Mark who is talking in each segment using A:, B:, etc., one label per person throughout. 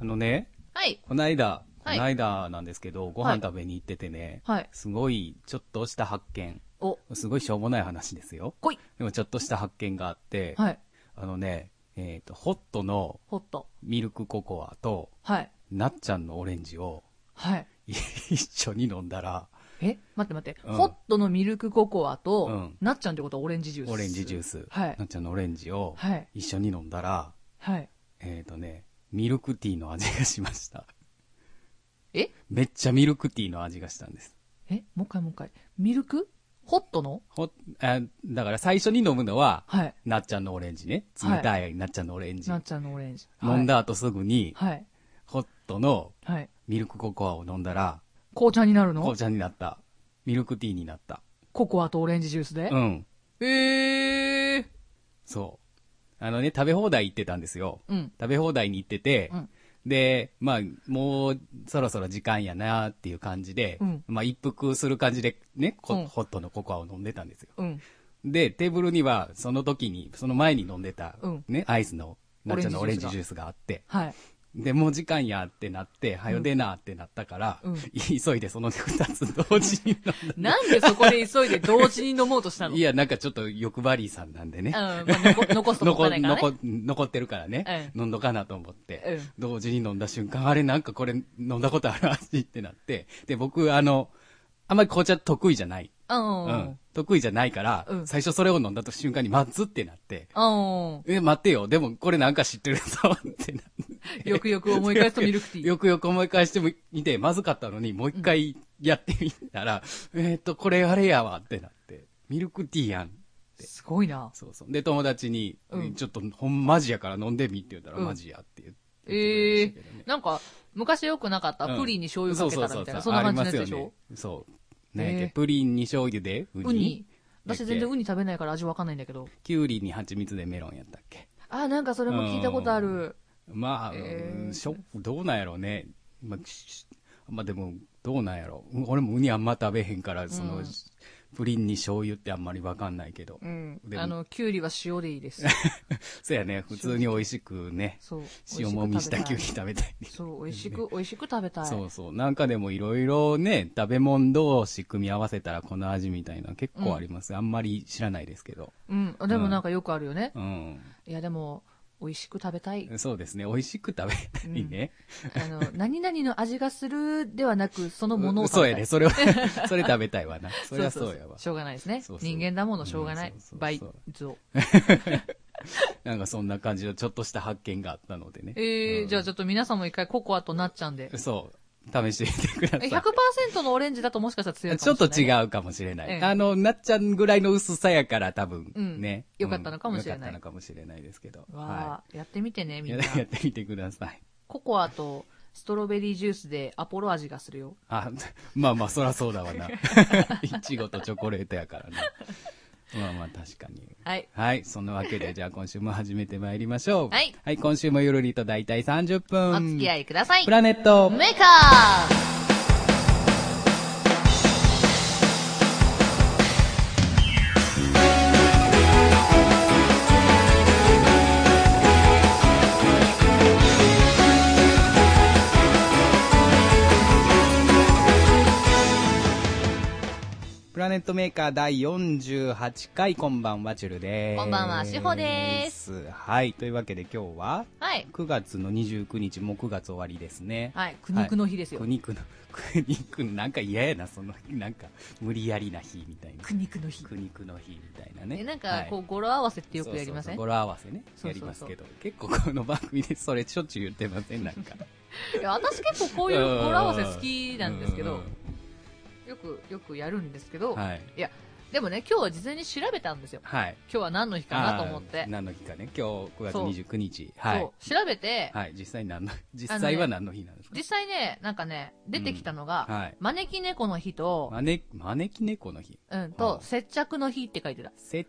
A: あのね、
B: はい。
A: こないだ、こ
B: はい
A: ないだなんですけど、ご
B: はい
A: 飯食べに行っててね、
B: はい。
A: すごいちょっとした発見、
B: お、
A: すごいしょうもない話ですよ。
B: 来い。
A: でもちょっとした発見があって、
B: はい。
A: あのね、えっ、と、ホットの
B: ホット。
A: ミルクココアと、
B: はい。
A: なっちゃんのオレンジを
B: はい。
A: 一緒に飲んだら、
B: え待って待って、
A: うん
B: ホットのミルクココアと、
A: うん
B: なっちゃんってことはオレンジジュース。
A: オレンジジュース、
B: はい
A: なっちゃんのオレンジを
B: はい。
A: 一緒に飲んだら、
B: はい。
A: えっ、とね、ミルクティーの味がしました。
B: え
A: めっちゃミルクティーの味がしたんです。
B: えもう一回もう一回。ミルクホットの
A: ほあだから最初に飲むのは、
B: はい。
A: なっちゃんのオレンジね。
B: はい
A: 冷たいなっちゃんのオレンジ。
B: なっちゃんのオレンジ。
A: 飲んだ後すぐに、
B: はい。はい。
A: ホットの
B: はい。
A: ミルクココアを飲んだら、
B: 紅茶になるの
A: 紅茶になった。ミルクティーになった。
B: ココアとオレンジジュースで、
A: うん。
B: えー。
A: そう。あのね、食べ放題行ってたんですよ。
B: うん。
A: 食べ放題に行ってて、
B: うん
A: で、まあ、もうそろそろ時間やなっていう感じで、
B: うん
A: まあ一服する感じでね、こ
B: うん
A: ホットのココアを飲んでたんですよ。
B: うん。
A: で、テーブルにはその時に、その前に飲んでた、
B: うん
A: ね、アイスの、なっちゃんの
B: オ
A: オ
B: レ
A: レ
B: ン
A: ンジ
B: ジジ
A: ジ
B: ュ
A: ュースがあって、
B: はい。
A: で、もう時間やってなって、はよ出なってなったから、
B: うん
A: 急いでその2つ同時に飲んだ。
B: なんでそこで急いで同時に飲もうとした の
A: いや、なんかちょっと欲張りさんなんでね。
B: うん、まあ、残残すともっ
A: 残
B: たいないからね。
A: 残残ってるからね、飲んどかなと思って、
B: うん
A: 同時に飲んだ瞬間、あれなんかこれ飲んだことある味ってなって、で、僕、あの、あんまり紅茶得意じゃない。
B: うん。
A: う
B: うんん。
A: 得意じゃないから、
B: うん
A: 最初それを飲んだ瞬間に、まずってなって、
B: うん。
A: え、待ってよ、でもこれなんか知ってるぞってなって。
B: よくよく思い返すとミルクティー。
A: よくよく思い返してみて、まずかったのに、もう一回やってみたら、えっと、これあれやわってなって、ミルクティーやん
B: すごいな。
A: そうそう。で、友達に、
B: うん
A: ちょっと、ほん、マジやから飲んでみって言ったら、
B: うん
A: マジやって言ってくれ
B: え
A: ま
B: え
A: したけどね。
B: なんか、昔よくなかった、
A: うん
B: プリンに醤油かけたらみたいな、そんな
A: あり
B: 感
A: ま
B: じのや
A: す
B: つ
A: よね
B: でしょ
A: そう。ねえ
B: えー
A: プリンに醤油で、ウニ
B: ウニ。私全然
A: だっ
B: ウニ食べないから味わかんないんだけど。
A: けきゅうりに蜂蜜でメロンやったっけ
B: あー、なんかそれも聞いたことある。
A: まあ、
B: えー
A: うんしょ、どうなんやろうね。まあ、しまあでも、どうなんやろう。俺もウニあんま食べへんから、その、
B: うん
A: プリンに醤油ってあんまりわかんないけど。
B: うん。
A: でも
B: あの、きゅうりは塩でい いです。
A: そうやね、普通に美味しくね、
B: そう。
A: 塩もみしたきゅうり
B: り。
A: 食べたいね。
B: そう、美味しく、美味しく食べたい。
A: そうそう。なんかでもいろいろね、食べ物同士組み合わせたらこの味みたいな結構あります。あんまり知らないですけど。
B: うん。でもなんかよくあるよね。
A: うん。
B: いや、でも、美味しく食べたい。
A: そうですね。美味しく食べたいね。
B: あの、何々の味がするではなく、そのものを食
A: そう
B: べ
A: や
B: た
A: ね。
B: い。
A: それは、 それ食べたいわな。そりゃそうやわ。
B: しょうがないですね。
A: そうそう
B: 人間だものしょうがない
A: うんそうそうそ。う
B: 倍増。
A: なんかそんな感じのちょっとした発見があったのでね。
B: ええ
A: うん
B: じゃあちょっと皆さんも一回ココアとなっちゃ んで。
A: そう。試してみてく
B: え
A: ださ
B: 100%のオレンジだともしかしたら強い
A: い。
B: か
A: ちょ
B: も
A: っ
B: し
A: と
B: れない。う。
A: 違うかもしれない。
B: ええ
A: あの、なっちゃんぐらいの薄さやから多分
B: うん
A: ね。
B: よかったのかもしれない
A: うんよかったのかもしれないですけど。
B: わ
A: は
B: あ、やってみてね、
A: い。
B: みん
A: や
B: な。
A: ってみてください。
B: ココアとストロベリージュースでアポロ味がするよ。
A: あ、 まあまあ、そらそうだわ な。いちごとチョコレートやからな。まあまあ、確かに。
B: はい。
A: はい、そんなわけで、じゃあ今週も始めてまいりましょう。
B: はい
A: はい、今週もゆるりと大体30分。
B: お付き合
A: い。
B: いください
A: プ。ラネット。
B: メーカー
A: プラネットメーカー第48回、こんばんは、チュルです。。
B: こんばんはしほです
A: はい、というわけで今日は、
B: はい。
A: 9月の29日、もう9月終わりですね。
B: はい。苦肉の日ですよ。
A: 苦肉の、 苦肉の、なんか嫌やな、その、なんか、無理やりな日みたいな。
B: 苦肉の日。
A: 苦肉の日みたいな
B: え
A: ね。
B: な
A: は
B: んか
A: い、
B: こう、語呂合わせってよくやりま
A: そうそうそ
B: せん
A: う語呂合わせね
B: そ
A: や
B: うそう
A: り
B: そう
A: ますけど結構この番組でそれしょっちゅう言ってませんなん か
B: いや私結構こういう語呂合わせ好きなんですけど、よく、よくやるんですけど、
A: はい
B: でもね、今日は事前に調べたんですよ。
A: はい
B: 今日は何の日かなと思って
A: あー。何の日かね今日9月
B: そう
A: 29日はい
B: そう、調べて、
A: はい実際何の実際は何の日なんですか
B: 実際ね、なんかね、出てきたのが、
A: はい
B: 招き猫の日と、
A: 招き招き猫の日
B: うんと
A: あ、
B: 接着の日って書いてた。
A: せ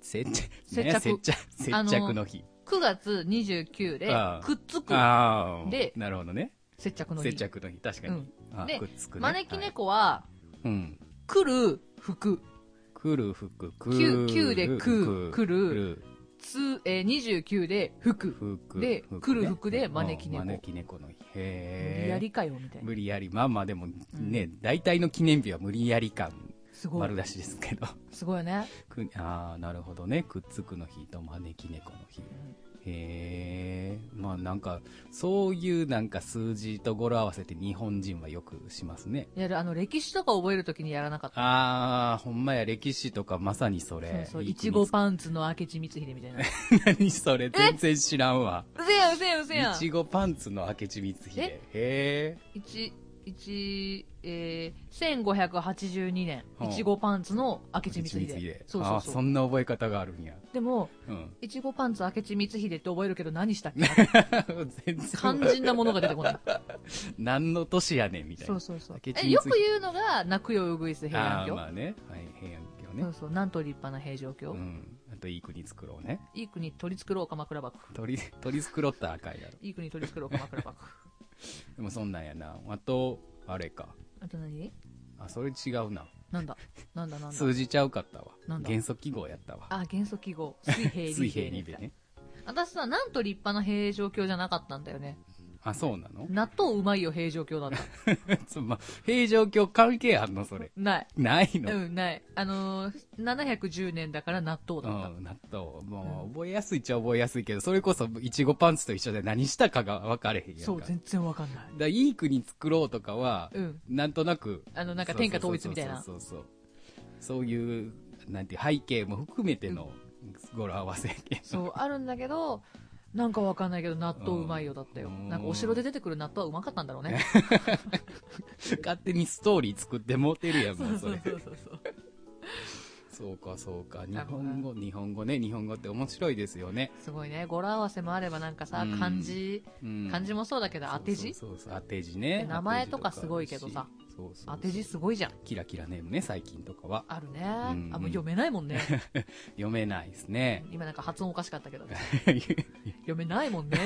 A: 接着
B: 接着
A: ね接着接
B: あの
A: 着の日
B: 9月29で
A: あ、ー
B: くっつく、
A: ああ
B: で
A: なるほどね
B: 接着の
A: 接
B: 日。
A: 着の日確か
B: う
A: に
B: ん
A: あ
B: で
A: くっつくね
B: 招き
A: はい
B: 猫は、
A: うん
B: 来る服、
A: 来る服来
B: きゅうきゅうでくう来る
A: 来る
B: つ、えー、29で服。
A: 服
B: で
A: 服ね
B: 来る服で招き猫
A: うん招き猫の日
B: 無理
A: へ
B: や
A: え
B: りかよ、みたいな。
A: 無理やりまあまあでもね、大体の記念日は無理やり感
B: すご
A: 丸
B: い。
A: 出しですけど
B: すごいよね。
A: くああなるほどねくっつくの日と招き猫の日へえまあなんかそういうなんか数字と語呂合わせて日本人はよくしますね
B: やる、あの、歴史とか覚えるときにやらなかった。
A: ああほんまや歴史とかまさにそ
B: そう
A: れ
B: そう、い
A: い
B: ち
A: ち
B: ご
A: ご
B: パンツの明智光秀みたいな。う
A: 何それ全然知らんわ
B: せやん、うせやん、うせやん。
A: いちごパンツの明智光秀へえ
B: え一、一、えー、1582年、
A: うん
B: いちごパンツの明智
A: 明智
B: 光
A: 光
B: 秀
A: 秀。
B: そう
A: あ
B: そ
A: あ
B: う
A: そ
B: そう。
A: んな覚え方があるんや
B: でも、
A: うん
B: いちごパンツ明智光秀って覚えるけど何したっけ
A: 全然
B: 肝心なものが出てこない。
A: 何の年やねんみたいな
B: そうそうそう
A: 明智。光秀
B: えよく言うのが、泣くようぐいす平
A: あ
B: 安
A: あ
B: 京、
A: まあね、はい、平安京
B: そ
A: ね
B: うそう、なんと立派な平城京。
A: うんあといい国作ろうね
B: いい国取り繕ろう鎌倉幕府。
A: 取り取り繕ったらあかんやろ
B: いい国取り繕ろう鎌倉 幕府。
A: でもそんなんやなあとあれか
B: あと何
A: あそれ違うな
B: なんだなんだなんだ
A: 数字ちゃうかったわ
B: なんだ
A: 元素記号やったわ
B: あ、元素記号。水平
A: 水平
B: 二平
A: 二
B: 二
A: で
B: 平。
A: ね
B: 私さ、なんと立派な平城京じゃなかったんだよね。
A: あそうなの
B: 納豆うまいよ平城京なんだ。
A: つま平常京関係あんのそれ
B: ない。
A: ないの、
B: うん、ない。あのー、710年だから納豆
A: う
B: だった。
A: ん、納豆。も
B: う
A: う、覚えやすいっちゃ覚えやすいけど、それこそ、いちごパンツと一緒で何したかが分かれへんやんか。
B: そう、
A: だか
B: 全然わかんない。
A: らいい国作ろうとかは、
B: うん。
A: なんとなく。
B: あのなんか天下統一みたいな
A: そうそうそうそうそうそう。そういう、なんていう背景も含めての語呂合わせやけど
B: そう、あるんだけど、なんかわかんないけど、納豆うまいよだったよ。
A: うん
B: なんかお城で出てくる納豆はうまかったんだろうね。
A: 勝手にストーリー作ってもうてるやん、 もうそれ。
B: そうそうそう。
A: そうか、そうか。日
B: なるほど
A: 本語、日本語ね、日本語って面白いですよね。
B: すごいね。語呂合わせもあればなんかさ
A: う、ん
B: 漢字、
A: うん
B: 漢字もそうだけど、当て字
A: そうそうそうそう当て字ね。
B: 名前とかすごいけど
A: 当
B: さ
A: て字とかあるし。そうそうそう
B: 当て字すごいじゃん。
A: キラキラネームね、最近とかは。
B: あるね。
A: ん
B: あ、もう読めないも んね。
A: 読めないですね。
B: 今なんか発音おかしか ったけど。読めないもんね。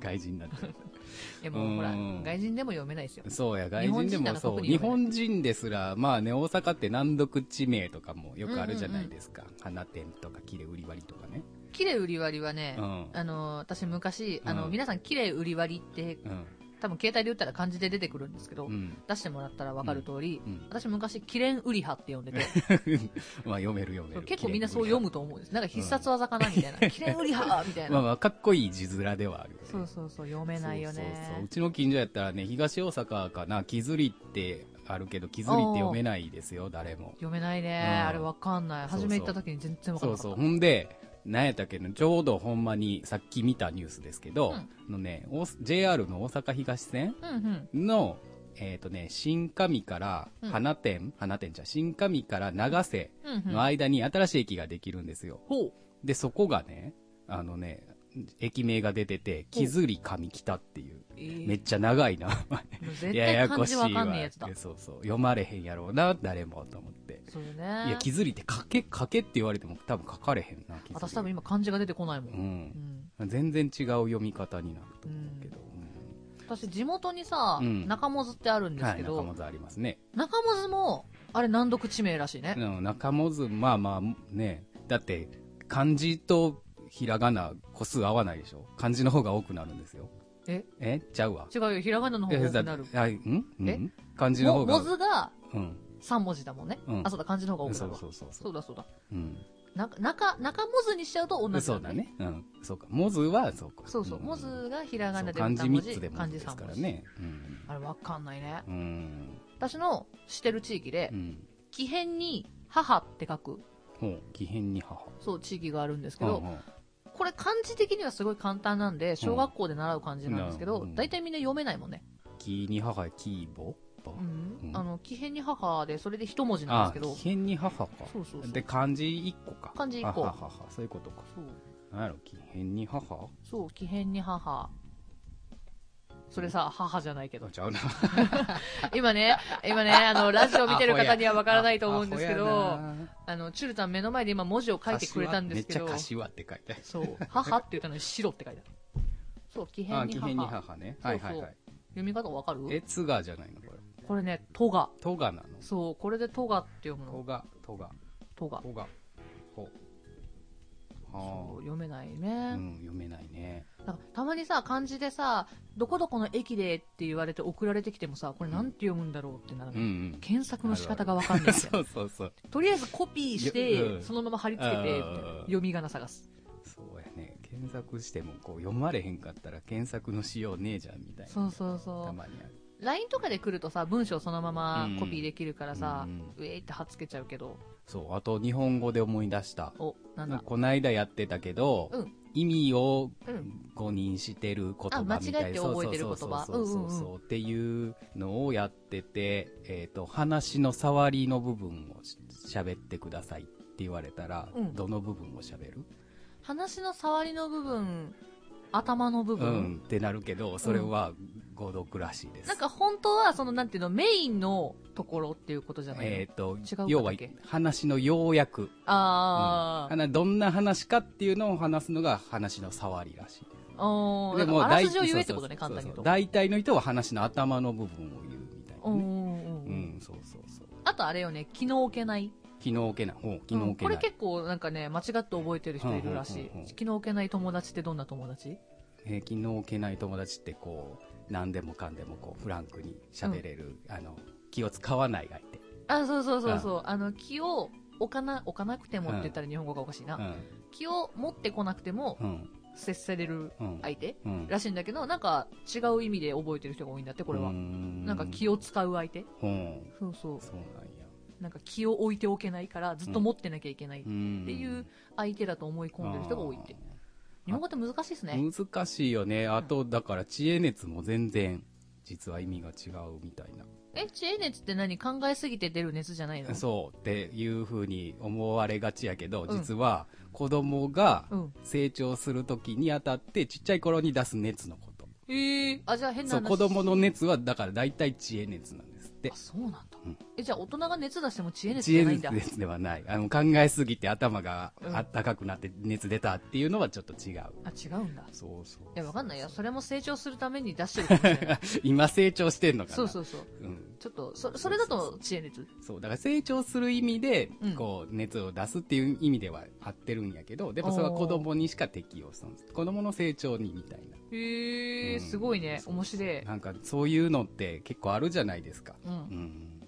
A: 外人 なんて。
B: いやもうほら
A: うん、
B: 外人でも読めないですよ。
A: そうや、外人で
B: 日本人な
A: も
B: ら
A: そう。
B: 特に
A: 日
B: 読めない
A: 本人ですら、まあね、大阪って難読地名とかもよくあるじゃないですか。花店とか、綺麗売り割りとかね。
B: 綺麗売り割りはね、
A: うん
B: あの私昔あの、
A: うん
B: 皆さん綺麗売り割りって
A: うん。
B: 多分携帯で打ったら漢字で出てくるんですけど、
A: うん。
B: 出してもらったら分かる通り、
A: うんうん
B: 私昔綺麗売り派って呼 んでて
A: まあ読める読める。
B: 結構みんなそう読むと思うんですなんか必殺技かなみたいな綺麗売り派みた い
A: ま
B: な、
A: あまあ、かっこいい字面ではあるよね。
B: そうそうそう読めないよね
A: そうそうそううちの近所やったらね、東大阪かな、木ずりってあるけど、木ずりって読めないですよ、誰も。
B: 読めないね、
A: うん
B: あれ分かんない
A: そうそう
B: 初め行った時に全然分かん
A: そう
B: なかった
A: そう。ほんで、なんやったっけな、ちょうどほんまにさっき見たニュースですけど、のね、お JR の大阪東線
B: うんうん
A: の、えっ、とね、新上から
B: うん
A: 花店、花店じゃん、新上から長瀬
B: うんうん
A: の間に新しい駅ができるんですよ。
B: ほう
A: で、そこがね、あのね、駅名が出てて、木ずり上北っていう、
B: えー
A: めっちゃ長いな、
B: もう絶
A: や
B: 対
A: や
B: 漢
A: こし
B: 字
A: いわ
B: 分かんないやつだ
A: そうそう読まれへんやろうな誰もと思って
B: そうよ
A: いや
B: ね
A: 気づりって書け書けって言われても多分書かれへんな気づり
B: 私多分今漢字が出てこないもん、
A: う、
B: うんん
A: 全然違う読み方になると思うけど、
B: 私地元にさ、
A: うん
B: 中本ってあるん
A: うん
B: です
A: は
B: け
A: い
B: ど、
A: 中本ありますね
B: 中本もあれ難読地名らしいね、
A: うん中本まあまあねだって漢字とひらがな個数合わないでしょ漢字の方が多くなるんですよ
B: え
A: えちゃうわ
B: 違うよひらがなの方が多くなる
A: えだはいんうん
B: え
A: 漢字の
B: も
A: 方
B: も
A: が
B: ずが
A: うん
B: 3文字だもんね、
A: うん
B: あそうだ漢字の方が多く
A: そ
B: な
A: う
B: るわそ
A: そううそうそう
B: だそうだ
A: うん
B: な中中もずにしちゃうと同じ
A: そうだね。うん。そうか。モズは、そうか。
B: そうそう、もずがひらがなで
A: 漢字
B: 2
A: 3
B: 文字
A: つでモ
B: 漢
A: ズ
B: 字
A: ですから
B: 3文字、
A: ね。
B: あれわかんないね
A: うん。うん。
B: 私の知ってる地域で
A: うん。
B: 木偏に母って書く
A: ほう。奇変に母。
B: そう地域があるんですけ
A: う
B: ど
A: んうん
B: これ漢字的にはすごい簡単なんで小学校で習う漢字なんですけ
A: う
B: ど
A: ん
B: 大体みんな読めないもんね
A: 木に母や木ぼぼ
B: うん
A: うん
B: あの、奇変に母で、それで一文字なんで
A: あ
B: す、けど、
A: 奇
B: そ
A: 変に母か。
B: うそうそう。
A: で、漢字1個か。
B: 漢字一個
A: あはははそういうことか。
B: そう、
A: なんやろ、奇変に母
B: そう、奇変に母。それさ、母じゃないけ ど
A: あ。ちゃうな。
B: 今ね、今ね、あの、ラジオ見てる方にはわからないと思うんですけ
A: アホ
B: ど
A: や、な
B: あの、チュルタン目の前で今文字を書いてくれたんですけど
A: めっちゃ、柏って書いてある。
B: そう、母って言ったのに白って書いてある。そう、奇
A: あ
B: 変に
A: 奇
B: 母。
A: 変に母ね。はいはいはい。
B: 読み方わかる
A: え、津賀じゃないのこれ。
B: これね、トガ。
A: トガなの
B: そう、これでトガって読む
A: ト
B: の。
A: ガ、トガ。
B: トガ。
A: ここが、こう。
B: そう
A: は
B: 読めない
A: あ、う
B: ね、
A: ん、読めないね。
B: なんかたまにさ漢字でさ「どこどこの駅で」って言われて送られてきてもさこれなんて読むんだろうってなる、
A: うんうん。
B: 検索の仕方がわかんないんだよ
A: そうそうそう。
B: とりあえずコピーして、
A: うん
B: そのまま貼り付けてみたいな
A: うん
B: 読み仮名探す
A: そうやね。検索しても、こう、読まれへんかったら検索のしようねえじゃん、みたい
B: そ
A: な。
B: うそうそ
A: た
B: う
A: まにある。
B: LINE とかで来るとさ文章そのままコピーできるからさ、
A: う
B: うんえーって貼っつけちゃうけど
A: そう、あと、日本語で思い出した。
B: おなんだ
A: こないだやってたけど、
B: うん
A: 意味を
B: うん
A: 誤認してる言
B: あ
A: 葉
B: 間違
A: みた
B: え
A: い
B: て
A: な
B: 覚えてる言葉
A: そうそうそうそうそうそうっていうのをやってて、えー、と話の触りの部分をし喋ってくださいって言われたら、
B: うん
A: どの部分を喋る、
B: 話の触りの部分頭の部
A: う
B: 分、
A: ん、ってなるけどそれは誤読らしいです、
B: なんか本当はそのなんていうのメインのところっていうことじゃないの、
A: えー、と
B: 違うか
A: 要は
B: だっけ
A: 話の要約、
B: あ
A: あのどんな話かっていうのを話すのが話の触りらしいです
B: ー、あー
A: で
B: なんかあら
A: 大
B: すじを言えってことね簡単に言う
A: そうそうそう
B: と
A: 大体の人は話の頭の部分を言うみたいな
B: うんう
A: ね。
B: ん
A: う
B: うん
A: ん、そうそうそう。
B: あとあれよね気の置けない
A: 気の置けない。ほう、気の置け
B: こ
A: な
B: れ
A: い。
B: 結構なんかね間違って覚えてる人いるらし
A: うんうんうんうん
B: い気の置けない友達ってどんな友達
A: えー気の置けない友達ってこう、何でもかんでもこう、フランクに喋れる、あの、気を使わない相手。
B: あそうそうそうそうあの気を置かな置かなくてもって言ったら日本語がおかしいな、気を持ってこなくても
A: うん、うん、
B: 接せれる
A: うん。
B: 相手
A: うん。
B: らしいんだけどなんか違う意味で覚えてる人が多いんだってこれは、
A: な
B: なんか気を使う相手
A: うん。
B: そうそう
A: そうなんや。
B: なんか気を置いておけないからずっと持ってなきゃいけない
A: うん。
B: っていう相手だと思い込んでる人が多いって日本語って難しいです
A: あ
B: ね
A: ー。難しいよね。あと、だから、知恵熱も全然、実は意味が違うみたいな。
B: え知恵熱って何考えすぎて出る熱じゃないの
A: そうっていうふうに思われがちやけど、
B: ん
A: 実は子供が
B: うん
A: 成長する時にあたってちっちゃい頃に出す熱のこと
B: ええあじゃあ変な
A: そう
B: 話
A: 子供の熱はだから大体知恵熱なんですって
B: あそうなんだ、
A: うん
B: えじゃあ大人が熱出しても知恵熱
A: 知
B: じ
A: 恵
B: ゃないんだ
A: 熱ではないあの考えすぎて頭があったかくなって熱出たっていうのはちょっと違う、
B: あ違うんだ
A: そうそう
B: いやわかんないよそれも成長するために出してるかもし れない
A: 今成長してんのかな、
B: そうそううそう
A: うん、
B: ちょっとそそれだと知恵熱
A: そうだから成長する意味で
B: うん
A: こう熱を出すっていう意味では合ってるんやけどでもそれは子供にしか適用するんです子供の成長にみたいな
B: へえ
A: うん
B: すごいね面白い
A: なんかそういうのって結構あるじゃないですか。
B: う
A: うんん、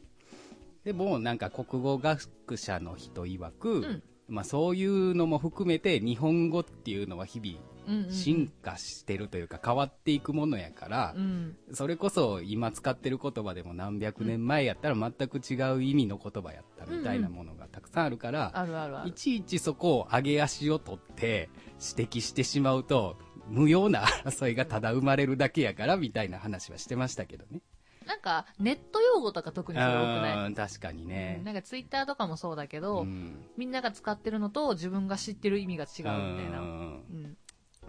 A: でもなんか国語学者の人曰く、
B: ん
A: まあ、そういうのも含めて日本語っていうのは日
B: うんうんう
A: 々
B: ん
A: 進化してるというか変わっていくものやから、
B: うん
A: それこそ今使ってる言葉でも何百年前やったら全く違う意味の言葉やったみたいなものがたくさんあるから、
B: あるあるあ
A: い
B: る
A: ちいちそこを上げ足を取って指摘してしまうと無用な争いがただ生まれるだけやからみたいな話はしてましたけどね。
B: なんかネット用語とか特にそれ多くない
A: うん確かに
B: う
A: ね
B: ん。なんかツイッターとかもそうだけど、
A: うん
B: みんなが使ってるのと自分が知ってる意味が違うみたいな、
A: う
B: うん
A: ん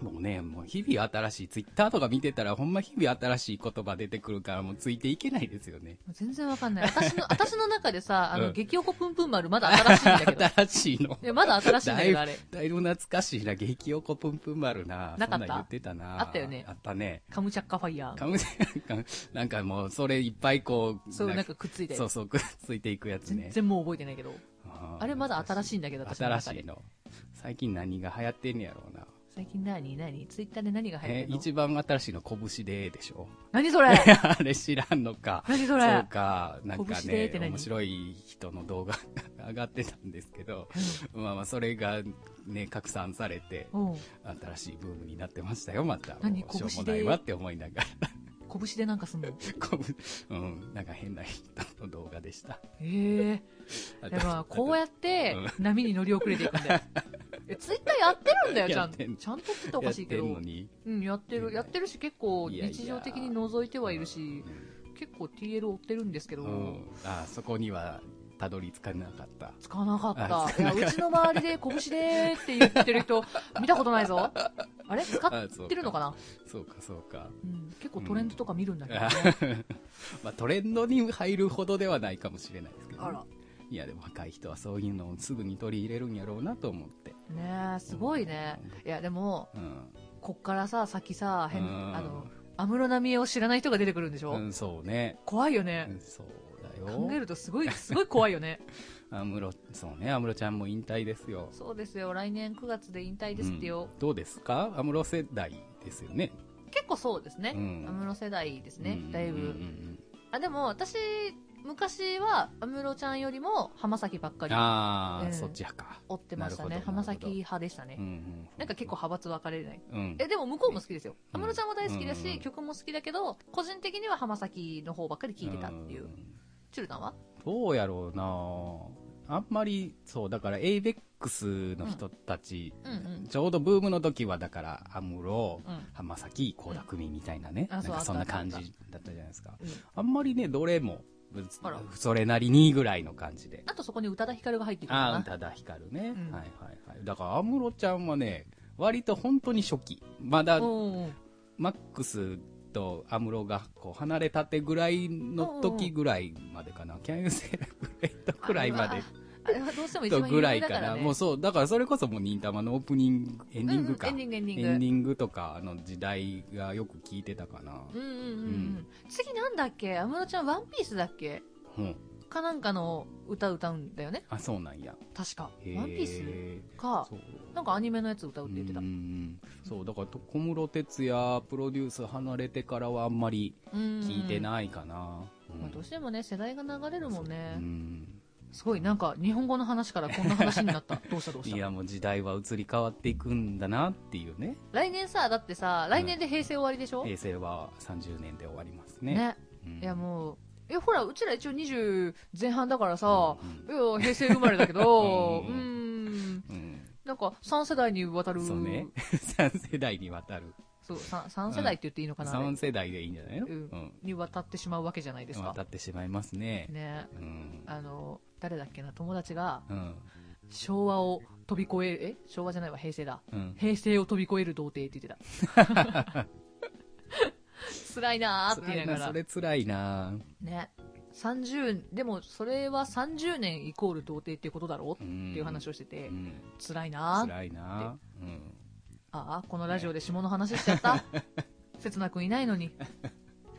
B: うん、
A: もうね、もう日々新しい、ツイッターとか見てたら、ほんま日々新しい言葉出てくるから、もうついていけないですよね。
B: 全然わか んない私の私の中でさあの、
A: うん
B: 激おこぷんぷん丸まだ新しいんだけ ど
A: 新しいの。
B: いやまだ新しいんだけどあれ
A: だいぶ懐かしいな、激横ぷんぷん丸な。
B: なかっ
A: そんん
B: た
A: 言ってたな。
B: あったよね
A: あったね。
B: カムチャッカファイヤー
A: かむなんかもう、それいっぱいこう、
B: そうなんかくっついて
A: そうそう、くっついていくやつね
B: 全。然もう覚えてないけど
A: あー
B: あれまだ新しいんだけど私の
A: 新
B: 中
A: し
B: で
A: いの。最近何が流行ってんねやろうな。
B: 最近何何ツイッターで何が流行っ
A: えー
B: てるの
A: 一番新しいの拳ででしょ
B: 何 それ
A: あれ知らんのか。
B: 何それ
A: そうか、なんか
B: 拳で
A: ね
B: って、何
A: 面白い人の動画が上がってたんですけど、まあまあ、それがね、拡散されて、
B: うん
A: 新しいブームになってましたよ、また。
B: 何
A: もうしょうも
B: 拳で
A: ないわって思いながら、
B: 拳でなんかすんの
A: こううん、なんか変な人の動画で した。
B: え えだからこうやって波に乗り遅れていくんだよえツイッターやってるんだよちゃ
A: やっ
B: ん
A: てんの
B: ちゃんとって言ったらおかしいけ
A: やって
B: ど
A: んのに、
B: うん、やってる、やってるし、結構
A: いやいや
B: 日常的に覗いてはいるし、結構 TL 追ってるんですけ
A: う
B: ど、
A: ん、あそこにはたどり着かなかった。
B: 使わなか
A: あ
B: った。いや、うちの周りで拳でーって言ってる 人、見たことないぞ。あれ使ってるのかな
A: そうか、そうか。
B: うん、結構トレンドとか見るんだけどね
A: あ。まあ、トレンドに入るほどではないかもしれないですけど、ね、
B: あら。
A: いやでも若い人はそういうのをすぐに取り入れるんやろうなと思って、
B: ねえ、すごいね。いや、でも、
A: うん
B: こっからさ、先さ、変、
A: うん
B: あの、安室奈美恵を知らない人が出てくるんでしょ
A: うん、そうね、
B: 怖いよ
A: う
B: ね。
A: ん、そうだ
B: 考
A: よ
B: えるとすごい、すごい怖いよね。
A: 安室そうね安室ちゃんも引退ですよ
B: そうですよ。来年9月で引退ですってよ。
A: うんどうですか安室世代ですよね
B: 結構そうですね。
A: う
B: 安、
A: ん
B: 室、世代ですね。だい
A: う
B: ぶ。
A: んうんうん
B: あ、でも私、昔は安室ちゃんよりも浜崎ばっか
A: うん
B: り
A: ああ、
B: うん
A: そっちやか
B: 追ってました
A: なる
B: ね。
A: ほど
B: 浜崎派でしたね。
A: うんうん
B: なんか結構派閥分かれない。
A: うん
B: え、でも向こうも好きですよ。
A: う
B: 安
A: ん
B: 室ちゃんも大好きだし、
A: うんうん
B: 曲も好きだけど、個人的には浜崎の方ばっかり聴いてたっていう。
A: ん
B: チュルタンは
A: どうやろうなあんまりそうだから ABEX の人たち、
B: うんうん
A: ちょうどブームの時はだから安室
B: うん。
A: 浜崎倖田來未みたいなね、
B: うんあ
A: なん
B: そう
A: かそん
B: あ
A: な
B: ったあっ
A: 感
B: た
A: じだったじゃないですか
B: うん
A: あんまりねどれも
B: あら
A: それなりにぐらいの感じで
B: あとそこに宇多田ヒカルが入ってくる
A: ああ
B: か
A: 宇
B: な。
A: 多田ヒカルね、
B: うん
A: はいはいはいだから安室ちゃんはね割と本当に初期まだ
B: おー
A: マックスと安室がこう離れたてぐらいの時ぐらいまでかな、キャンユーセーラぐらいとくらいまで
B: あれはどうしても一
A: と
B: 番
A: ぐ
B: 有
A: ら
B: 名
A: い
B: だか
A: からな、
B: ね。
A: もうそう、だからそれこそもう忍たまのオープニング、エンディングか。
B: うんうんエンディングエンディング
A: エンディングとかの時代がよく聞いてたかな。
B: うんうんうんうん。次なんだっけ安室ちゃんワンピースだっけ
A: うん。
B: かなんかの歌歌うんだよね
A: あ、そうなんや。
B: 確か。
A: へ
B: ワンピースか
A: そう。
B: なんかアニメのやつ歌うって言ってた
A: うん。うんうんそう、だからと小室哲也プロデュース離れてからはあんまり聞
B: 聞
A: いてないかな。うん
B: まあ、どうしてもね世代が流れるもんね
A: うん
B: すごいなんか日本語の話からこんな話に なったどうしたどうし
A: い
B: た
A: や、もう時代は移り変わっていくんだなっていうね。
B: 来年さだってさ来年で平成終わりでしょ、
A: 平成は30年で終わりますね。
B: ね
A: うん
B: いやもういやほらうちら一応20前半だからさ、
A: うん
B: いや平成生まれだけど
A: う
B: うん ー
A: うん
B: ん
A: うん
B: なんか3世代にわたる
A: そうね。3世代にわたる。
B: そう 3, 世代って言っていいのかな、あれ
A: 3世代でいいんじゃないの
B: うんにわたってしまうわけじゃないですか
A: 渡ってしまいますね。
B: ね
A: うん。
B: あの誰だっけな友達が
A: うん。
B: 昭和を飛び越えるえ昭和じゃないわ平成だ
A: うん。
B: 平成を飛び越える童貞って言って た辛いなーって言いなが
A: そ
B: ら
A: れ辛いな
B: ね30でもそれは30年イコール童貞っていうことだろうっていう話
A: を
B: をしてて、
A: うん。
B: 辛いなー
A: 辛いなうん。
B: ああこのラジオで下の話しちゃった刹那君いないのに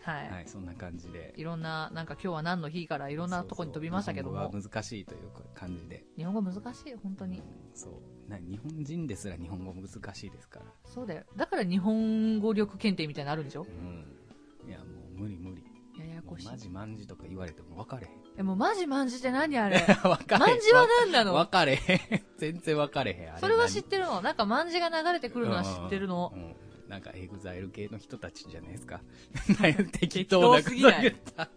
B: はい、、
A: はいい、そんな感じで。
B: ろんななんか今日は何の日からい
A: そ
B: ろんなとこに飛びましたけど
A: うそう
B: も
A: 日本語は難しいという感じで。
B: 日本語難しい本当に
A: そう。な日本人ですら日本語難しいですから。
B: そうだよだから日本語力検定みたいなのあるんでしょ
A: うん。いや、もう無理無理。
B: やや
A: も
B: こし
A: う
B: い
A: マジマンジとか言われても分かれへ ん。
B: えもうマジマンジって何あれ
A: 分かれへん。
B: マンジは何なの
A: 分かれへん。全然分かれへん。あ
B: それは
A: 何
B: 知ってるの。なんか、まんじが流れてくるのは知ってるの
A: う。んうんうんなんかエグザイル系の人たちじゃないですかなんか適当な
B: 適
A: こと
B: 当すぎ
A: 言
B: ない
A: った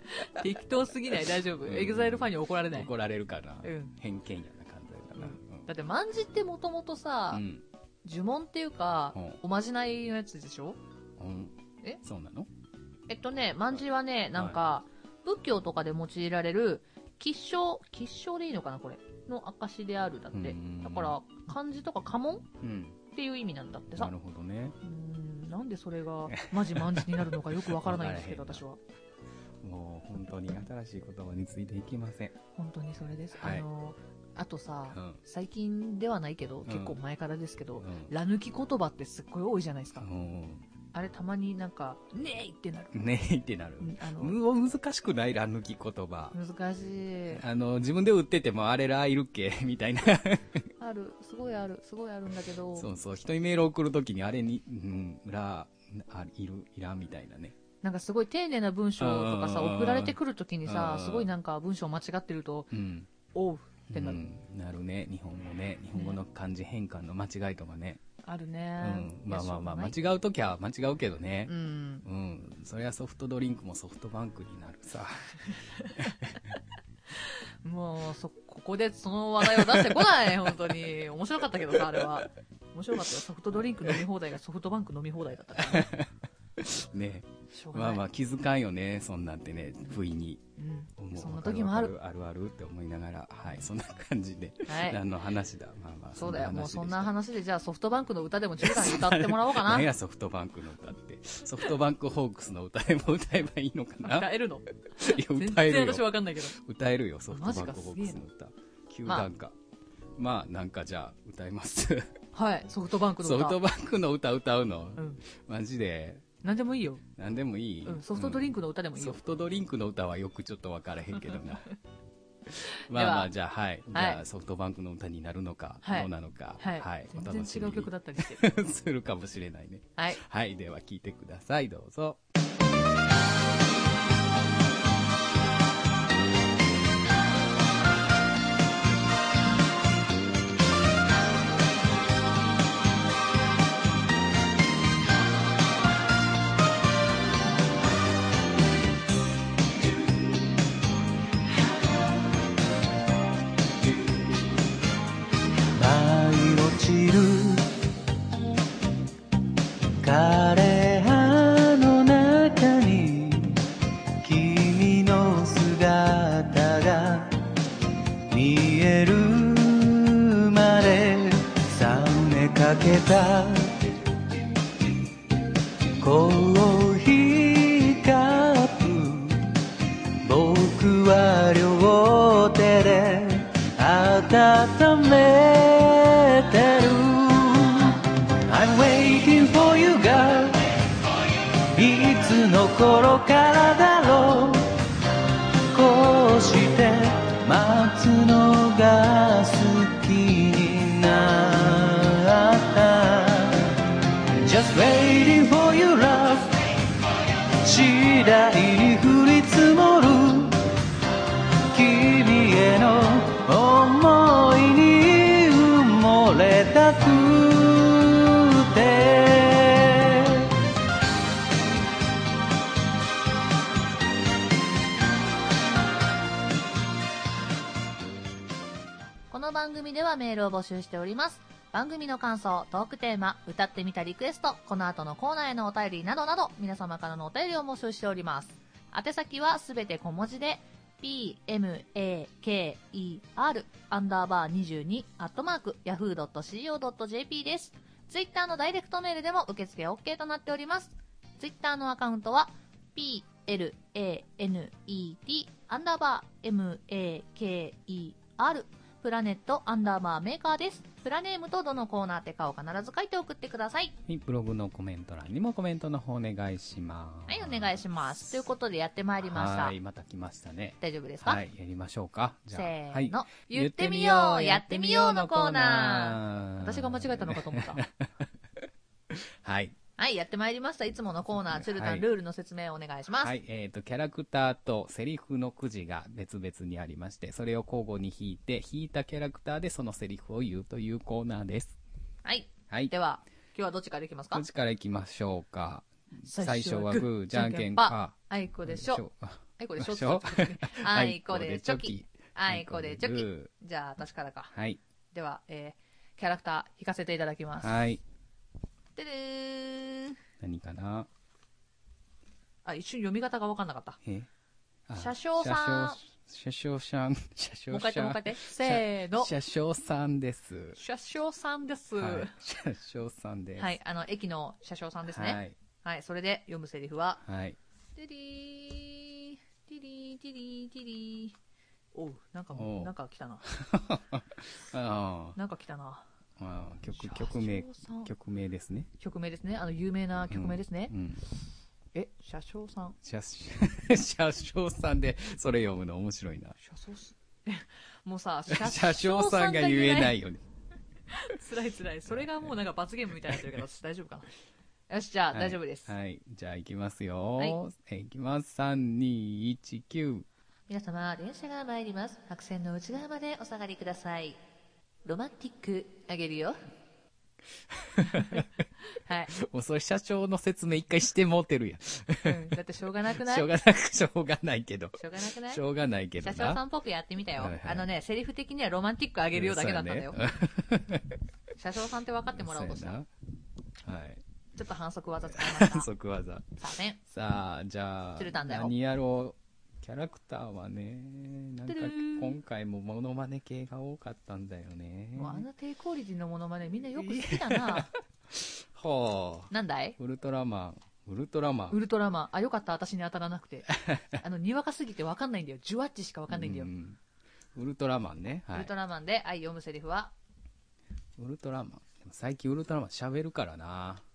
B: 適当すぎない、大丈夫。
A: うん
B: エグザイルファンに怒られない。
A: 怒られるかな、
B: うん
A: 偏見やな完全かな、
B: だって、まんじってもともと
A: う
B: さ、
A: ん
B: 呪文っていうか
A: うん、
B: おまじないのやつでしょ
A: うんうん
B: え
A: そうなの
B: えっとね、まんじはね、なんか、仏教とかで用いられる、吉祥、吉祥でいいのかな、これ。の証であるだっ
A: う
B: て
A: ん。
B: だから、漢字とか家紋
A: うん
B: っていう意味なんだって
A: な
B: さ。
A: るほどね
B: うーんなんでそ れが、マジまんじになるのかよくわからないんですけど、
A: わからへ
B: 私
A: ん
B: は。
A: もう本当に新しい言葉についていきません、
B: 本当にそれです。あ
A: はい
B: の、あとさ
A: う、ん
B: 最近ではないけど、
A: ん
B: 結構前からですけ
A: う
B: ど、
A: ん
B: ラ抜き言葉ってすっごい多いじゃないですか。
A: う
B: あれたまになんか、ねえってなる。
A: んねえってなる、
B: うんあの、
A: うわ難しくないら抜き言葉
B: 難しい。
A: あの自分で売っててもあれらいるっけ みたいな
B: ある、すごいある、すごいあるんだけど、
A: そうそう人にメール送るときにあれに、うん、らあいるいらみたいなね
B: なんかすごい丁寧な文章とかさ、
A: うん
B: 送られてくるときに
A: う
B: さ
A: ん、
B: すごいなんか文章間違ってると、
A: うん
B: おうってなる。
A: うん、なるね日本語ね日本語の漢字変換の間違いとかね、
B: ある
A: う
B: ね
A: ん。、まあまあまあ
B: いやしょ
A: 間違うときは間違うけどね
B: うがないうん。
A: うん、そりゃソフトドリンクもソフトバンクになるさ
B: もう、そ、ここでその話題を出してこない、本当に。面白かったけどさ、あれは。面白かったよ。ソフトドリンク飲み放題がソフトバンク飲み放題だったからね。
A: ね
B: しょうが
A: ま
B: な
A: あ
B: い。
A: まあ気遣いよねそんなんてね不意に
B: う
A: 思
B: ん。
A: う
B: そんな時もある。
A: わかるあるあるって思いながらはいそんな感じで、
B: はい。
A: 何の話だまあまあ
B: そうだよ。もうそんな
A: 話で
B: 話で、じゃあソフトバンクの歌でも10段歌ってもらおうか
A: した 何
B: な。
A: やソフトバンクの歌ってソフトバンクホークスの歌でも歌えばいいのか ないや
B: 歌えるの全
A: 歌える
B: 然
A: よ
B: 私わかんないけど。
A: 歌えるよソフトバンクホークスの歌9段か、まあなんかじゃあ歌います
B: はい。ソフトバンクの
A: ソ
B: 歌。
A: フトバンクの歌歌うの、
B: うん。
A: マジで
B: 何でもいいよ、
A: 何でもいい、
B: うん、ソフトドリンクの歌でもいい
A: ソ
B: よ、
A: フトドリンクの歌はよくちょっと分からへんけ どな
B: で
A: まあ
B: は
A: まあじゃあはい、
B: はい
A: じゃあソフトバンクの歌になるのか、
B: はい
A: どうなのか
B: はい、
A: お楽
B: 全
A: し
B: 然
A: み
B: 違う曲
A: に
B: だったりして
A: するかもしれないね
B: はい
A: はいでは聞いてくださいどうぞ
C: 舞い落ちる枯葉の中に君の姿が見えるまで冷めかけたコーヒーカップ僕は両手で温めてる I'm waiting for you girl いつの頃からだろうこうして待つのが好きになった Just waiting for you love 次第に降り積もる君への想いに埋もれたくて
D: この番組ではメールを募集しております。番組の感想、トークテーマ、歌ってみたリクエスト、この後のコーナーへのお便りなどなど、皆様からのお便りを募集しております。宛先はすべて小文字で、p, m, a, k, e, r, アンダーバー22、アットマーク、yahoo.co.jp です。ツイッターのダイレクトメールでも受付 OK となっております。ツイッターのアカウントは、p, l, a, n, e, t, アンダーバー m, a, k, e, r プラネットアンダーバーメーカーです。プラネームとどのコーナーってかを必ず書いて送ってください。
A: はいブログのコメント欄にもコメントの方お願いします
D: はい、お願いします。ということでやってまいりました
A: は。いまた来ましたね
D: 大丈夫ですか、
A: はいやりましょうかじ
D: せ
A: ゃあ
D: ーの、
A: はい
B: 言ってみようやってみようのコーナー
A: ナ
B: 私が間違えたのかと思った
A: はい
D: はい、やってまいりました。いつものコーナー、チュルタ
A: はい
D: ンルールの説明をお願いします。
A: はい、えっ、と、キャラクターとセリフのくじが別々にありまして、それを交互に引いて、引いたキャラクターでそのセリフを言うというコーナーです。
D: はい。
A: はい。
D: では、今日はどっちからいきます
A: ど
D: か
A: っちから行きましょうか。最
D: 最
A: 初は
D: 初は
A: グー、
D: ー
A: じゃんけんか。
D: あいこでしょ。。あいこでしょ
A: でしょ
D: って 言っちゃったあいこでチョキ。。あいこでチョキ。
A: キ。
D: じゃあ、私からか。
A: はい。
D: では、えー、キャラクター、引かせていただきます。
A: はい。
D: てるーん。
A: 何かな
B: あ一瞬読み方が分かんなかった
A: えあ
D: 車掌さん
A: 車掌。車掌さん。 車掌さん。
B: もう一回やってもう一回やってせーの
A: 車掌さんです。
B: 車掌さんですは
A: はい
B: い、
A: 車掌さんです。
D: はい、あの、駅の車掌さんですね。
A: はい。
D: はい、それで読むセリフは、
A: はい。
D: ティリー、ティリー、ティリー、ティリー。
B: おうなんか
A: お
B: も
A: う
B: うなんか来たな
A: あ
B: なんか来たな
A: あ、ああ曲、曲名
B: 車掌、さん
A: 曲名ですね。
B: 曲名ですねあの有名な曲名ですね
A: う、ん。
B: え車掌さん
A: 車、 車掌さんで、それ読むの面白いな。
B: 車掌す もうさ
A: 車掌さんが言えないよね。
B: 辛い辛い。それがもうなんか罰ゲームみたいになってるけど、大丈夫か な。よし、じゃあ、
A: はい
B: 大丈夫です。
A: はい。じゃあ行きますよ。
D: はい
A: え行きます。3、2、1、9。
D: 皆様、電車が参ります。白線の内側までお下がりください。ロマンティック、あげるよ。
B: はい。
A: もうそれ車掌の説明一回してもうてるやん。し
B: うんだってしょうがなくないし
A: ょう
B: ょう
A: がなく、しょうがないけど。
B: がなくない
A: しょうがないけど
D: 社
A: な。
D: 長さんっぽくやってみたよ。
A: はいはい
D: あのね、セリフ的にはロマンティックあ
A: あ
D: げるよだけだったんだよ。社長さんって分かってもらおうとした。ちょ
A: はい。
D: っと反則技使いま した。
A: 反
D: さ
A: 則技。
D: あね。
A: さあ、じゃあ
D: 鶴、丹だよ
A: 何やろう。キャラクターはね、なんか
D: トゥルーン
A: 今回もモノマネ系が多かったんだよね。
D: もうあの低クオリティのモノマネみんなよく好きだな。
A: ほ。
D: なんだいう
A: ウルトラマン、ウルトラマン。
B: ウルトラマン。あ、よかった。私に当たらな くて。あの、にわかすぎて分かんないんだよ。ジュワッチしか分かんないんだよ
A: う。ウルトラマンね。は
D: ウ
A: い
D: ル。トラマンで愛読むセリフは、
A: ウルトラマン。でも最近ウルトラマン喋るからな。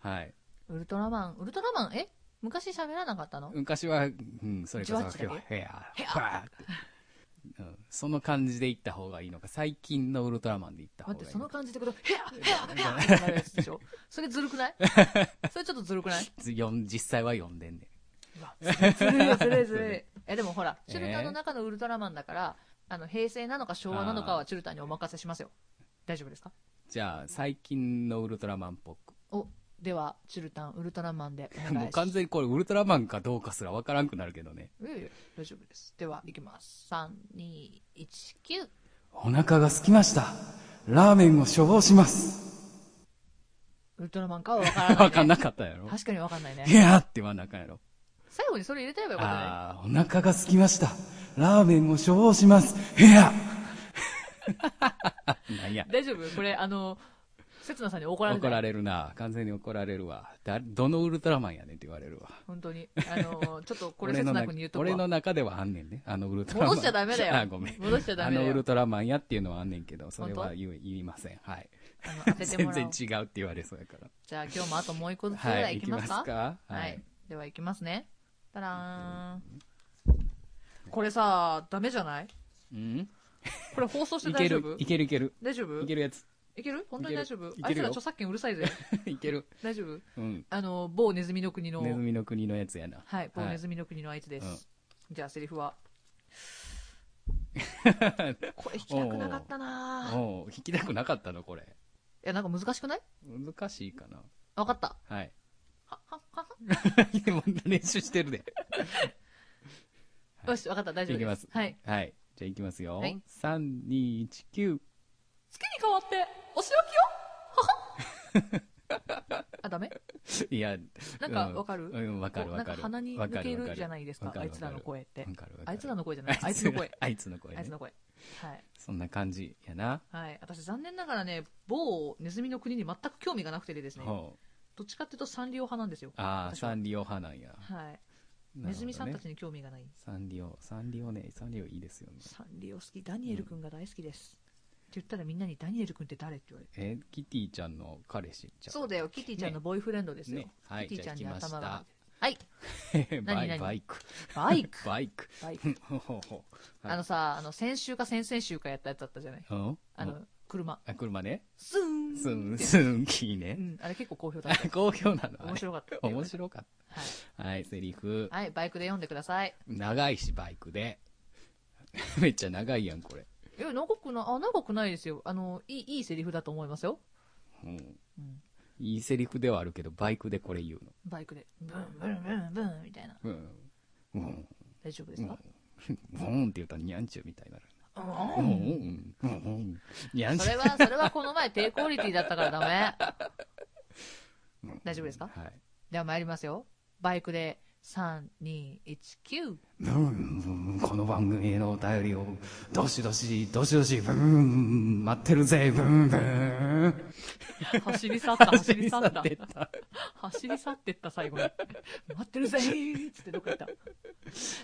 A: はい。
D: ウルトラマン、ウルトラマン、え昔喋らなかったの
A: 昔は、うん、それこそ、
D: 18だ
A: ヘア、
B: ヘア
A: ファーって。うん、その感じで行った方がいいのか、最近のウルトラマンで行った方
B: 待
A: が
B: っ
A: い
B: て、
A: い
B: そ
A: の
B: の
A: か。
B: 感じってこと、ヘアヘアヘアってなるやつでしょそれずる くないそれちょっとずるくない
A: よん実際は読んでんね
B: うわずるいよずるいずるい。 え、でもほら、
A: えーチ
D: チュ
A: ュル
D: ルタ
A: タ
D: の
A: の
D: 中のウルトラマンだから、あの、平成なのか昭和
A: 和
D: な
A: な
D: の
A: の
D: か
A: か
D: は
A: は
D: チュルタにお任せしますよ。
B: 大丈夫ですか
A: じゃあ、最近のウルトラマンっぽく。
D: お、では、チュルタン、ウルトラマンでお願いします。
A: もう完全にこれウルトラマンかどうかすらわからんくなるけどね。
D: いやいや大丈夫です。では、いきます。3、2、1、9。
A: お腹が空きました。ラーメンを処方します。
D: ウルトラマンかは分からない、ね。
A: わかんなかったやろ。
D: 確かに分かんない
A: い
D: ね。
A: やーって言わなあかんやろ。
D: 最後にそれ入れてればよかったね。
A: ああ、お腹が空きました。ラーメンを処方します。ヘ アなんや。
B: 大丈夫これ、あの、せつなさんに怒られ
A: 怒
B: ない
A: られるな。完全に怒られるわ。だ、どのウルトラマンやねんって言われるわ。
B: 本当に。あの、ちょっとこれ、せ
A: 俺
B: つ
A: の
B: な
A: な
B: 君に言うとこ
A: 俺の
B: は
A: 中ではあんねんね。あのウルトラマン。
B: 戻しちゃダメだよ。
A: あ、ごめん。
B: 戻しちゃダ
A: あ
B: メだ
A: の
B: よ。
A: ウルトラマンやっていうのはあんねんけど、それ
D: 本
A: は
D: 当
A: 言い言いません。はい。
D: あの当てて
A: 全
D: もらお
A: 然
D: う。
A: 違うって言われそうやから。
D: じゃあ、今日もあともう一個ずつぐ
A: は
D: ら
A: い、
D: いい
A: 行
D: き
A: き
D: ま
A: ますす
D: か、はい、
A: かはい。
D: では、いきますね。パラ
B: これさ、ダメじゃない
A: うん
B: これ放送して
A: いけ
B: 大丈
A: る
B: 夫、
A: いけるいける。
B: 大丈夫
A: いけるやつ。
B: いける本当に大丈夫
A: いける
B: あいつら
A: よ
B: 著作権うるさいぜ。
A: いける。
B: 大丈夫
A: うん。
B: あの、某ネズミの国の、
A: ネズミの国のやつやな。
B: はい、某ネズミの国のあいつです。
A: うん
B: じゃあ、セリ フは。これ弾きたくなかったなぁい
A: おう弾きたくなかったの、これ。
B: や、なんか難しくない
A: 難しいかな。
B: わかった。
A: はい。
B: ははは
A: でも練習してるで。
B: よし、わかった、大丈夫
A: いき
B: です。
A: ます。
B: はい。。
A: はい。じゃあいきますよ。
B: はい
A: 3、2、1、9。
B: 月に変わって、お仕置きよははあ、ダメ
A: いや、
B: なんかわかる
A: うんうん、わかるわかる。
B: なんか鼻に
A: わ
B: 抜
A: かる
B: け
A: わか
B: るじゃないですか
A: わ、る
B: あ
A: わ
B: い
A: る
B: つらの声って
A: わ。かるわかる
B: あいつらの声じゃ ない、あいつの声。
A: あいつの声ね。
B: あいつの声。はい。
A: そんな感じやな。
B: はい。私、残念ながらね、某ネズミの国に全く興味がなくてですね、
A: ほう。
B: どっちかっていうとサンリオ派なんですよ。
A: ああ、
B: 私は
A: サンリオ派なんや。
B: は
A: な
B: い。ネ
A: るほ
B: ズ
A: どね
B: ミさんたちに興味がない。
A: サンリオ、サンリオね、サンリオいいですよね。
B: サンリオ好き、ダニエル君が大好きです。って言ったらみんなにダニエル君って誰って言われて。
A: え、キティちゃんの彼氏ちゃ
B: そうだよ、キティちゃんのボーイフレンドですよ。
A: ねはい
B: キティちゃんに
A: じゃあ行きました
B: 頭が。はい、
A: う。バ
B: 何々
A: イバイク。
B: バイク。
A: バイ ク。
B: バイク。
A: ほほほはい
B: あのさ、あの、先週か先々週かやったやつだったじゃない。
A: うん
B: あの、車。
A: あ、車ね。
B: スーン
A: スン、スン、キー
B: う
A: ね。
B: ん、あれ結構好評だっ
A: あ、 好評なの
B: た。
A: あれ
B: 面白かった。
A: 面白かっ
B: はい。
A: た。はい、セリフ。
B: はい、バイクで読んでください。
A: 長いし、バイクで。 めっちゃ長いやん、これ。
B: いや、長くない、あ、長くないですよ。あの、いい、いいセリフだと思いますよ。
A: うん
B: うん。
A: いいセリフではあるけど、バイクでこれ言うの。
B: バイクで、ブン、ブン、ブン、ブン、みたいな。
A: うん。うん。
B: 大丈夫で
A: う
B: す
A: ん
B: か、。
A: うんって言ったら、にゃんちゅうみたいになる。
B: うん
A: うん。うん。うん。にゃん
B: そ
A: ちゅ
B: れ
A: う。
B: は、それはこの前低クオリティだったからダメ。大丈夫ですか
A: はい。
B: では参りますよ。バイクで、3、2、1、9。
A: うんこの番組へのお便りを、どしどし、どしどし、ブーン、待ってるぜ、ブーン、ブーン。
B: 走り去った、 走り去った
A: 走。り去ってった
B: 走り去ってった、最後に。待 ってるぜーっつってどこ行った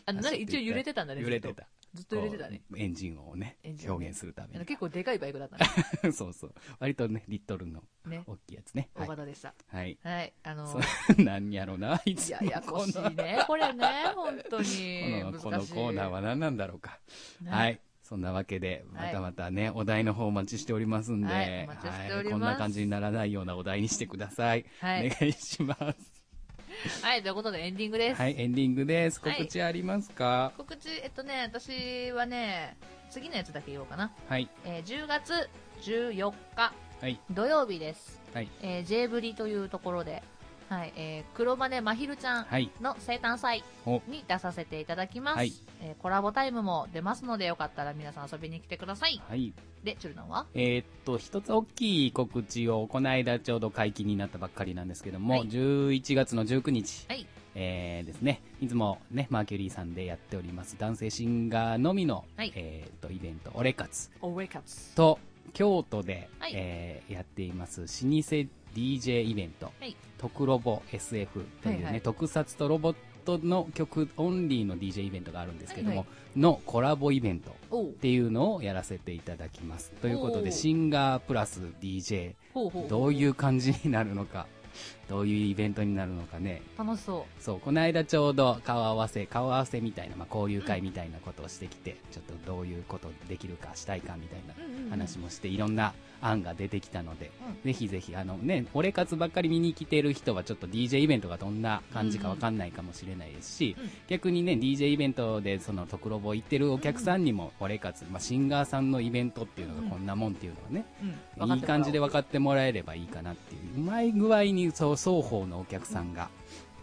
B: あの、なんか一応揺れてたんだね。
A: 揺れてた。
B: ずっと。ずっと揺れてたね。
A: こうエンジンをね
B: エンジ、ンをね
A: 表現するた
B: あ
A: め
B: の結構でかいバイク だったね。
A: に。そうそう。割とね、リットルの
B: ね。
A: 大きいやつね。は
B: 大
A: い。
B: 型でした。
A: はい。
B: はい。あの
A: そ、 うなんやろな、いつも
B: ややこし
A: この
B: いね、これね、本当に。
A: このこの
B: 難しい
A: コーナーは何なんだろうか。
B: ね
A: はい。そんなわけで、
B: は
A: ま
B: い
A: たまたね、お題の方お待ちしておりますんで、
B: はいお待ちしてお
A: はい
B: ります
A: こんな感じにならないようなお題にしてください。
B: はい
A: お願いします。
D: はい、ということでエンディングです。
A: はい、エンディングです。
D: はい
A: 告知ありますか
D: 告知、えっとね、私はね、次のやつだけ言おうかな。
A: はい。
D: えー10月14日
A: はい。
D: 土曜日です。
A: はい。
D: えー、J ブリというところで、はい、えー、黒羽まひるちゃん
A: はい。
D: の生誕祭
A: お
D: に出させていただきます。
A: はい
D: えーコラボタイムも出ますので、よかったら皆さん遊びに来てください。
A: はい。
D: で、チュルナンは
A: えーっと、一つ大きい告知を、この間ちょうど解禁になったばっかりなんですけども、
D: はい
A: 11月の19日、
D: はい。
A: えーですね、いつもね、マーキュリーさんでやっております、男性シンガーのみの、
D: はい
A: えーっと、イベント、オレカツ
B: おウェイカッツ。
A: と、京都で、
D: はい
A: えーやっています、老舗 DJ イベント、
D: はい
A: トクロボ SF というね、
B: はいはい
A: 特撮とロボットの曲オンリーの DJ イベントがあるんですけども、
B: はいは
A: のコラボイベント
B: おう
A: っていうのをやらせていただきますということ
B: おー
A: でシンガープラス DJ
B: ほうほう。
A: どういう感じになるのかどういうイベントになるのかね。
E: 楽しそ
A: そう、この間ちょうど顔合わせ、顔合わせみたいな、まあ、交流会みたいなことをしてきて、ちょっとどういうことできるかしたいかみたいな
E: う。うんうん
A: 話もして、いろんな案が出てきたので、
E: うん
A: ぜひぜひ、あのね、俺活ばっかり見に来てる人はちょっと DJ イベントがどんな感じかわかんないかもしれないですし、
E: うん
A: 逆にね、DJ イベントでその特ロボ行ってるお客さんにも、俺活、まあ、シンガーさんのイベントっていうのがこんなもんっていうのはね、
E: うん
A: いい感じで分かってもらえればいいかなっていう、うまい具合にそう双方のお客さんが、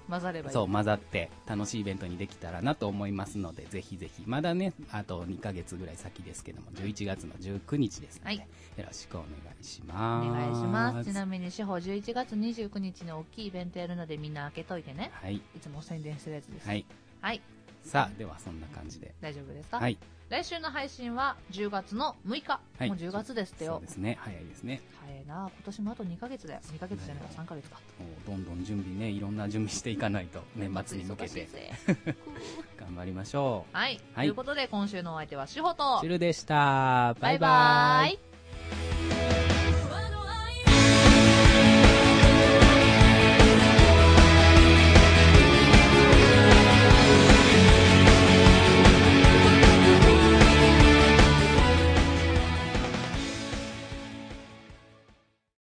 E: 混ざればいい
A: そう混ざって楽しいイベントにできたらなと思いますので、ぜひぜひ、まだね、あと2ヶ月ぐらい先ですけども、11月の19日ですので、
B: はい
A: よろしくお願いしま
B: お
A: す。
B: 願いしますちなみに司法11月29日に大きいイベントやるのでみんな開けといてね
A: はい、
B: いつも宣伝してるやつです
A: はい。
B: はい、
A: さあ、ではそんな感じで。
B: 大丈夫ですか、
A: はい、
B: 来週の配信は10月の6日、
A: はい
B: もう10月ですって
A: そう
B: よ
A: ですね、早いですね。
B: 早いな今年もあと2ヶ月だよ2ヶ月じゃないか3ヶ月か
A: もうどんどん準備ね、いろんな準備していかないと、年末に向け
B: 忙
A: て
B: しいぜ
A: 頑張りましょ
B: はい、
A: はい
B: ということで今週のお相手は司法と
A: う。チルでした。
B: バ
A: バ
B: イ
A: イ
B: バ
A: バ
B: ー
A: イ
B: イ。